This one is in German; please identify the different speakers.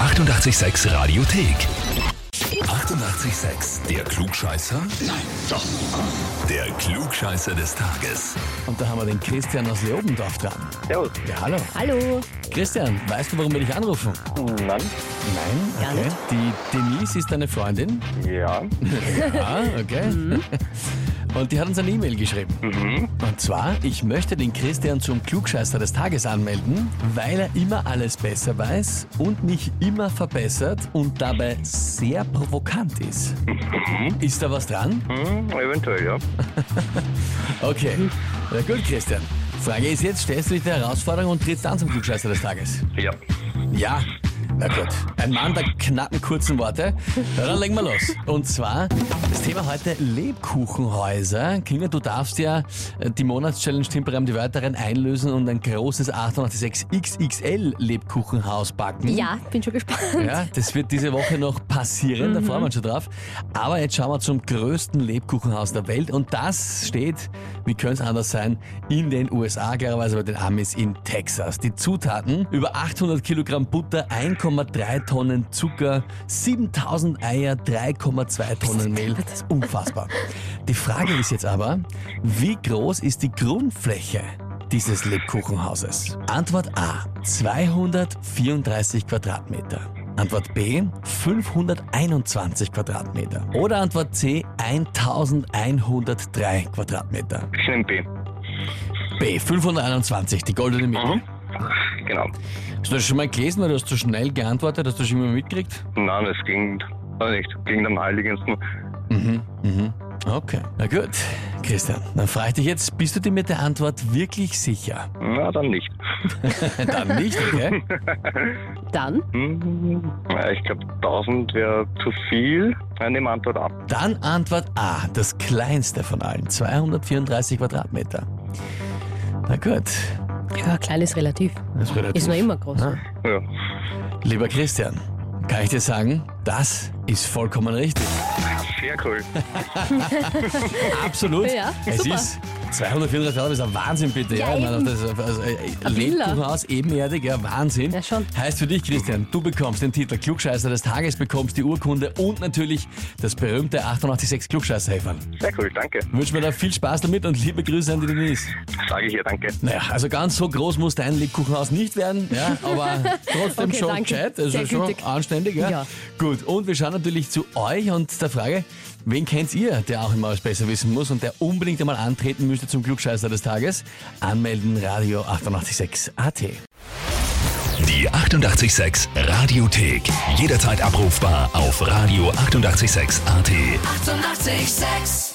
Speaker 1: 886 Radiothek. 88,6. Der Klugscheißer? Nein, doch. Der Klugscheißer des Tages.
Speaker 2: Und da haben wir den Christian aus Leobendorf dran.
Speaker 3: Servus.
Speaker 2: Ja, hallo.
Speaker 4: Hallo.
Speaker 2: Christian, weißt du, warum wir dich anrufen?
Speaker 3: Nein.
Speaker 2: Nein,
Speaker 4: Gar
Speaker 2: okay.
Speaker 4: nicht.
Speaker 2: Die Denise ist deine Freundin.
Speaker 3: Ja.
Speaker 2: Ja, okay.
Speaker 4: Mhm.
Speaker 2: Und die hat uns eine E-Mail geschrieben.
Speaker 3: Mhm.
Speaker 2: Und zwar, ich möchte den Christian zum Klugscheißer des Tages anmelden, weil er immer alles besser weiß und mich immer verbessert und dabei sehr provokant ist.
Speaker 3: Mhm.
Speaker 2: Ist da was dran?
Speaker 3: Hm, eventuell, ja.
Speaker 2: Okay. Na gut, Christian. Frage ist jetzt, stellst du dich der Herausforderung und trittst an zum Klugscheißer des Tages?
Speaker 3: Ja.
Speaker 2: Ja. Na gut. Ein Mann der knappen, kurzen Worte. Na, dann legen wir los. Und zwar das Thema heute Lebkuchenhäuser. Kinga, du darfst ja äh, die Monatschallenge Timperam die Wörterin einlösen und ein großes 886 XXL Lebkuchenhaus backen.
Speaker 4: Ja, bin schon gespannt.
Speaker 2: Ja, das wird diese Woche noch passieren, da freuen wir uns schon drauf. Aber jetzt schauen wir zum größten Lebkuchenhaus der Welt und das steht, wie könnte es anders sein, in den USA, klarerweise bei den Amis in Texas. Die Zutaten, über 800 Kilogramm Butter, 1,3 Tonnen Zucker, 7000 Eier, 3,2 Tonnen Mehl, das ist unfassbar. Die Frage ist jetzt aber, wie groß ist die Grundfläche dieses Lebkuchenhauses? Antwort A 234 Quadratmeter. Antwort B 521 Quadratmeter. Oder Antwort C 1103 Quadratmeter.
Speaker 3: Ich nehme B.
Speaker 2: B 521, die goldene Mitte.
Speaker 3: Mhm. Genau.
Speaker 2: Hast du das schon mal gelesen oder hast du schnell geantwortet? Hast du das immer mitgekriegt?
Speaker 3: Nein, es ging äh, nicht. Ging am Heiligensten.
Speaker 2: Mhm, mhm. Okay, na gut. Christian, dann frage ich dich jetzt, bist du dir mit der Antwort wirklich sicher?
Speaker 3: Na, dann nicht.
Speaker 2: Dann nicht, okay?
Speaker 4: Dann?
Speaker 3: Hm, ja, ich glaube, 1000 wäre zu viel. Dann nehme Antwort ab.
Speaker 2: Dann Antwort A, das kleinste von allen, 234 Quadratmeter. Na gut,
Speaker 4: Ja, klein ist relativ.
Speaker 2: das ist relativ.
Speaker 4: Ist noch immer groß.
Speaker 2: Ah.
Speaker 3: Ja.
Speaker 2: Lieber Christian, kann ich dir sagen, das ist vollkommen richtig.
Speaker 3: Sehr cool.
Speaker 2: Absolut.
Speaker 4: Ja,
Speaker 2: es
Speaker 4: super.
Speaker 2: ist 234 Euro, ist ein Wahnsinn bitte. Ja,
Speaker 4: Ja,
Speaker 2: ich meine, das also, äh,
Speaker 4: Villa.
Speaker 2: Lebkuchenhaus, ebenerdig, ja, Wahnsinn.
Speaker 4: Ja, schon.
Speaker 2: Heißt für dich, Christian, du bekommst den Titel Klugscheißer des Tages, bekommst die Urkunde und natürlich das berühmte 886 Klugscheißer-Häferl.
Speaker 3: Sehr cool, danke.
Speaker 2: Wünsche mir da viel Spaß damit und liebe Grüße an die Denise.
Speaker 3: Sage ich ihr danke.
Speaker 2: Naja, also ganz so groß muss dein Lebkuchenhaus nicht werden, ja, aber trotzdem
Speaker 4: Okay,
Speaker 2: schon
Speaker 4: danke.
Speaker 2: gescheit, also
Speaker 4: Sehr
Speaker 2: schon
Speaker 4: gütig.
Speaker 2: anständig. Ja?
Speaker 4: Ja.
Speaker 2: Gut, und wir schauen natürlich zu euch und der Frage, wen kennt ihr, der auch immer alles besser wissen muss und der unbedingt einmal antreten müsste zum Klugscheißer des Tages? Anmelden, Radio 886 AT.
Speaker 1: Die 88,6 Radiothek. Jederzeit abrufbar auf radio886.at. 88,6.
Speaker 5: Eighty-eight, sex.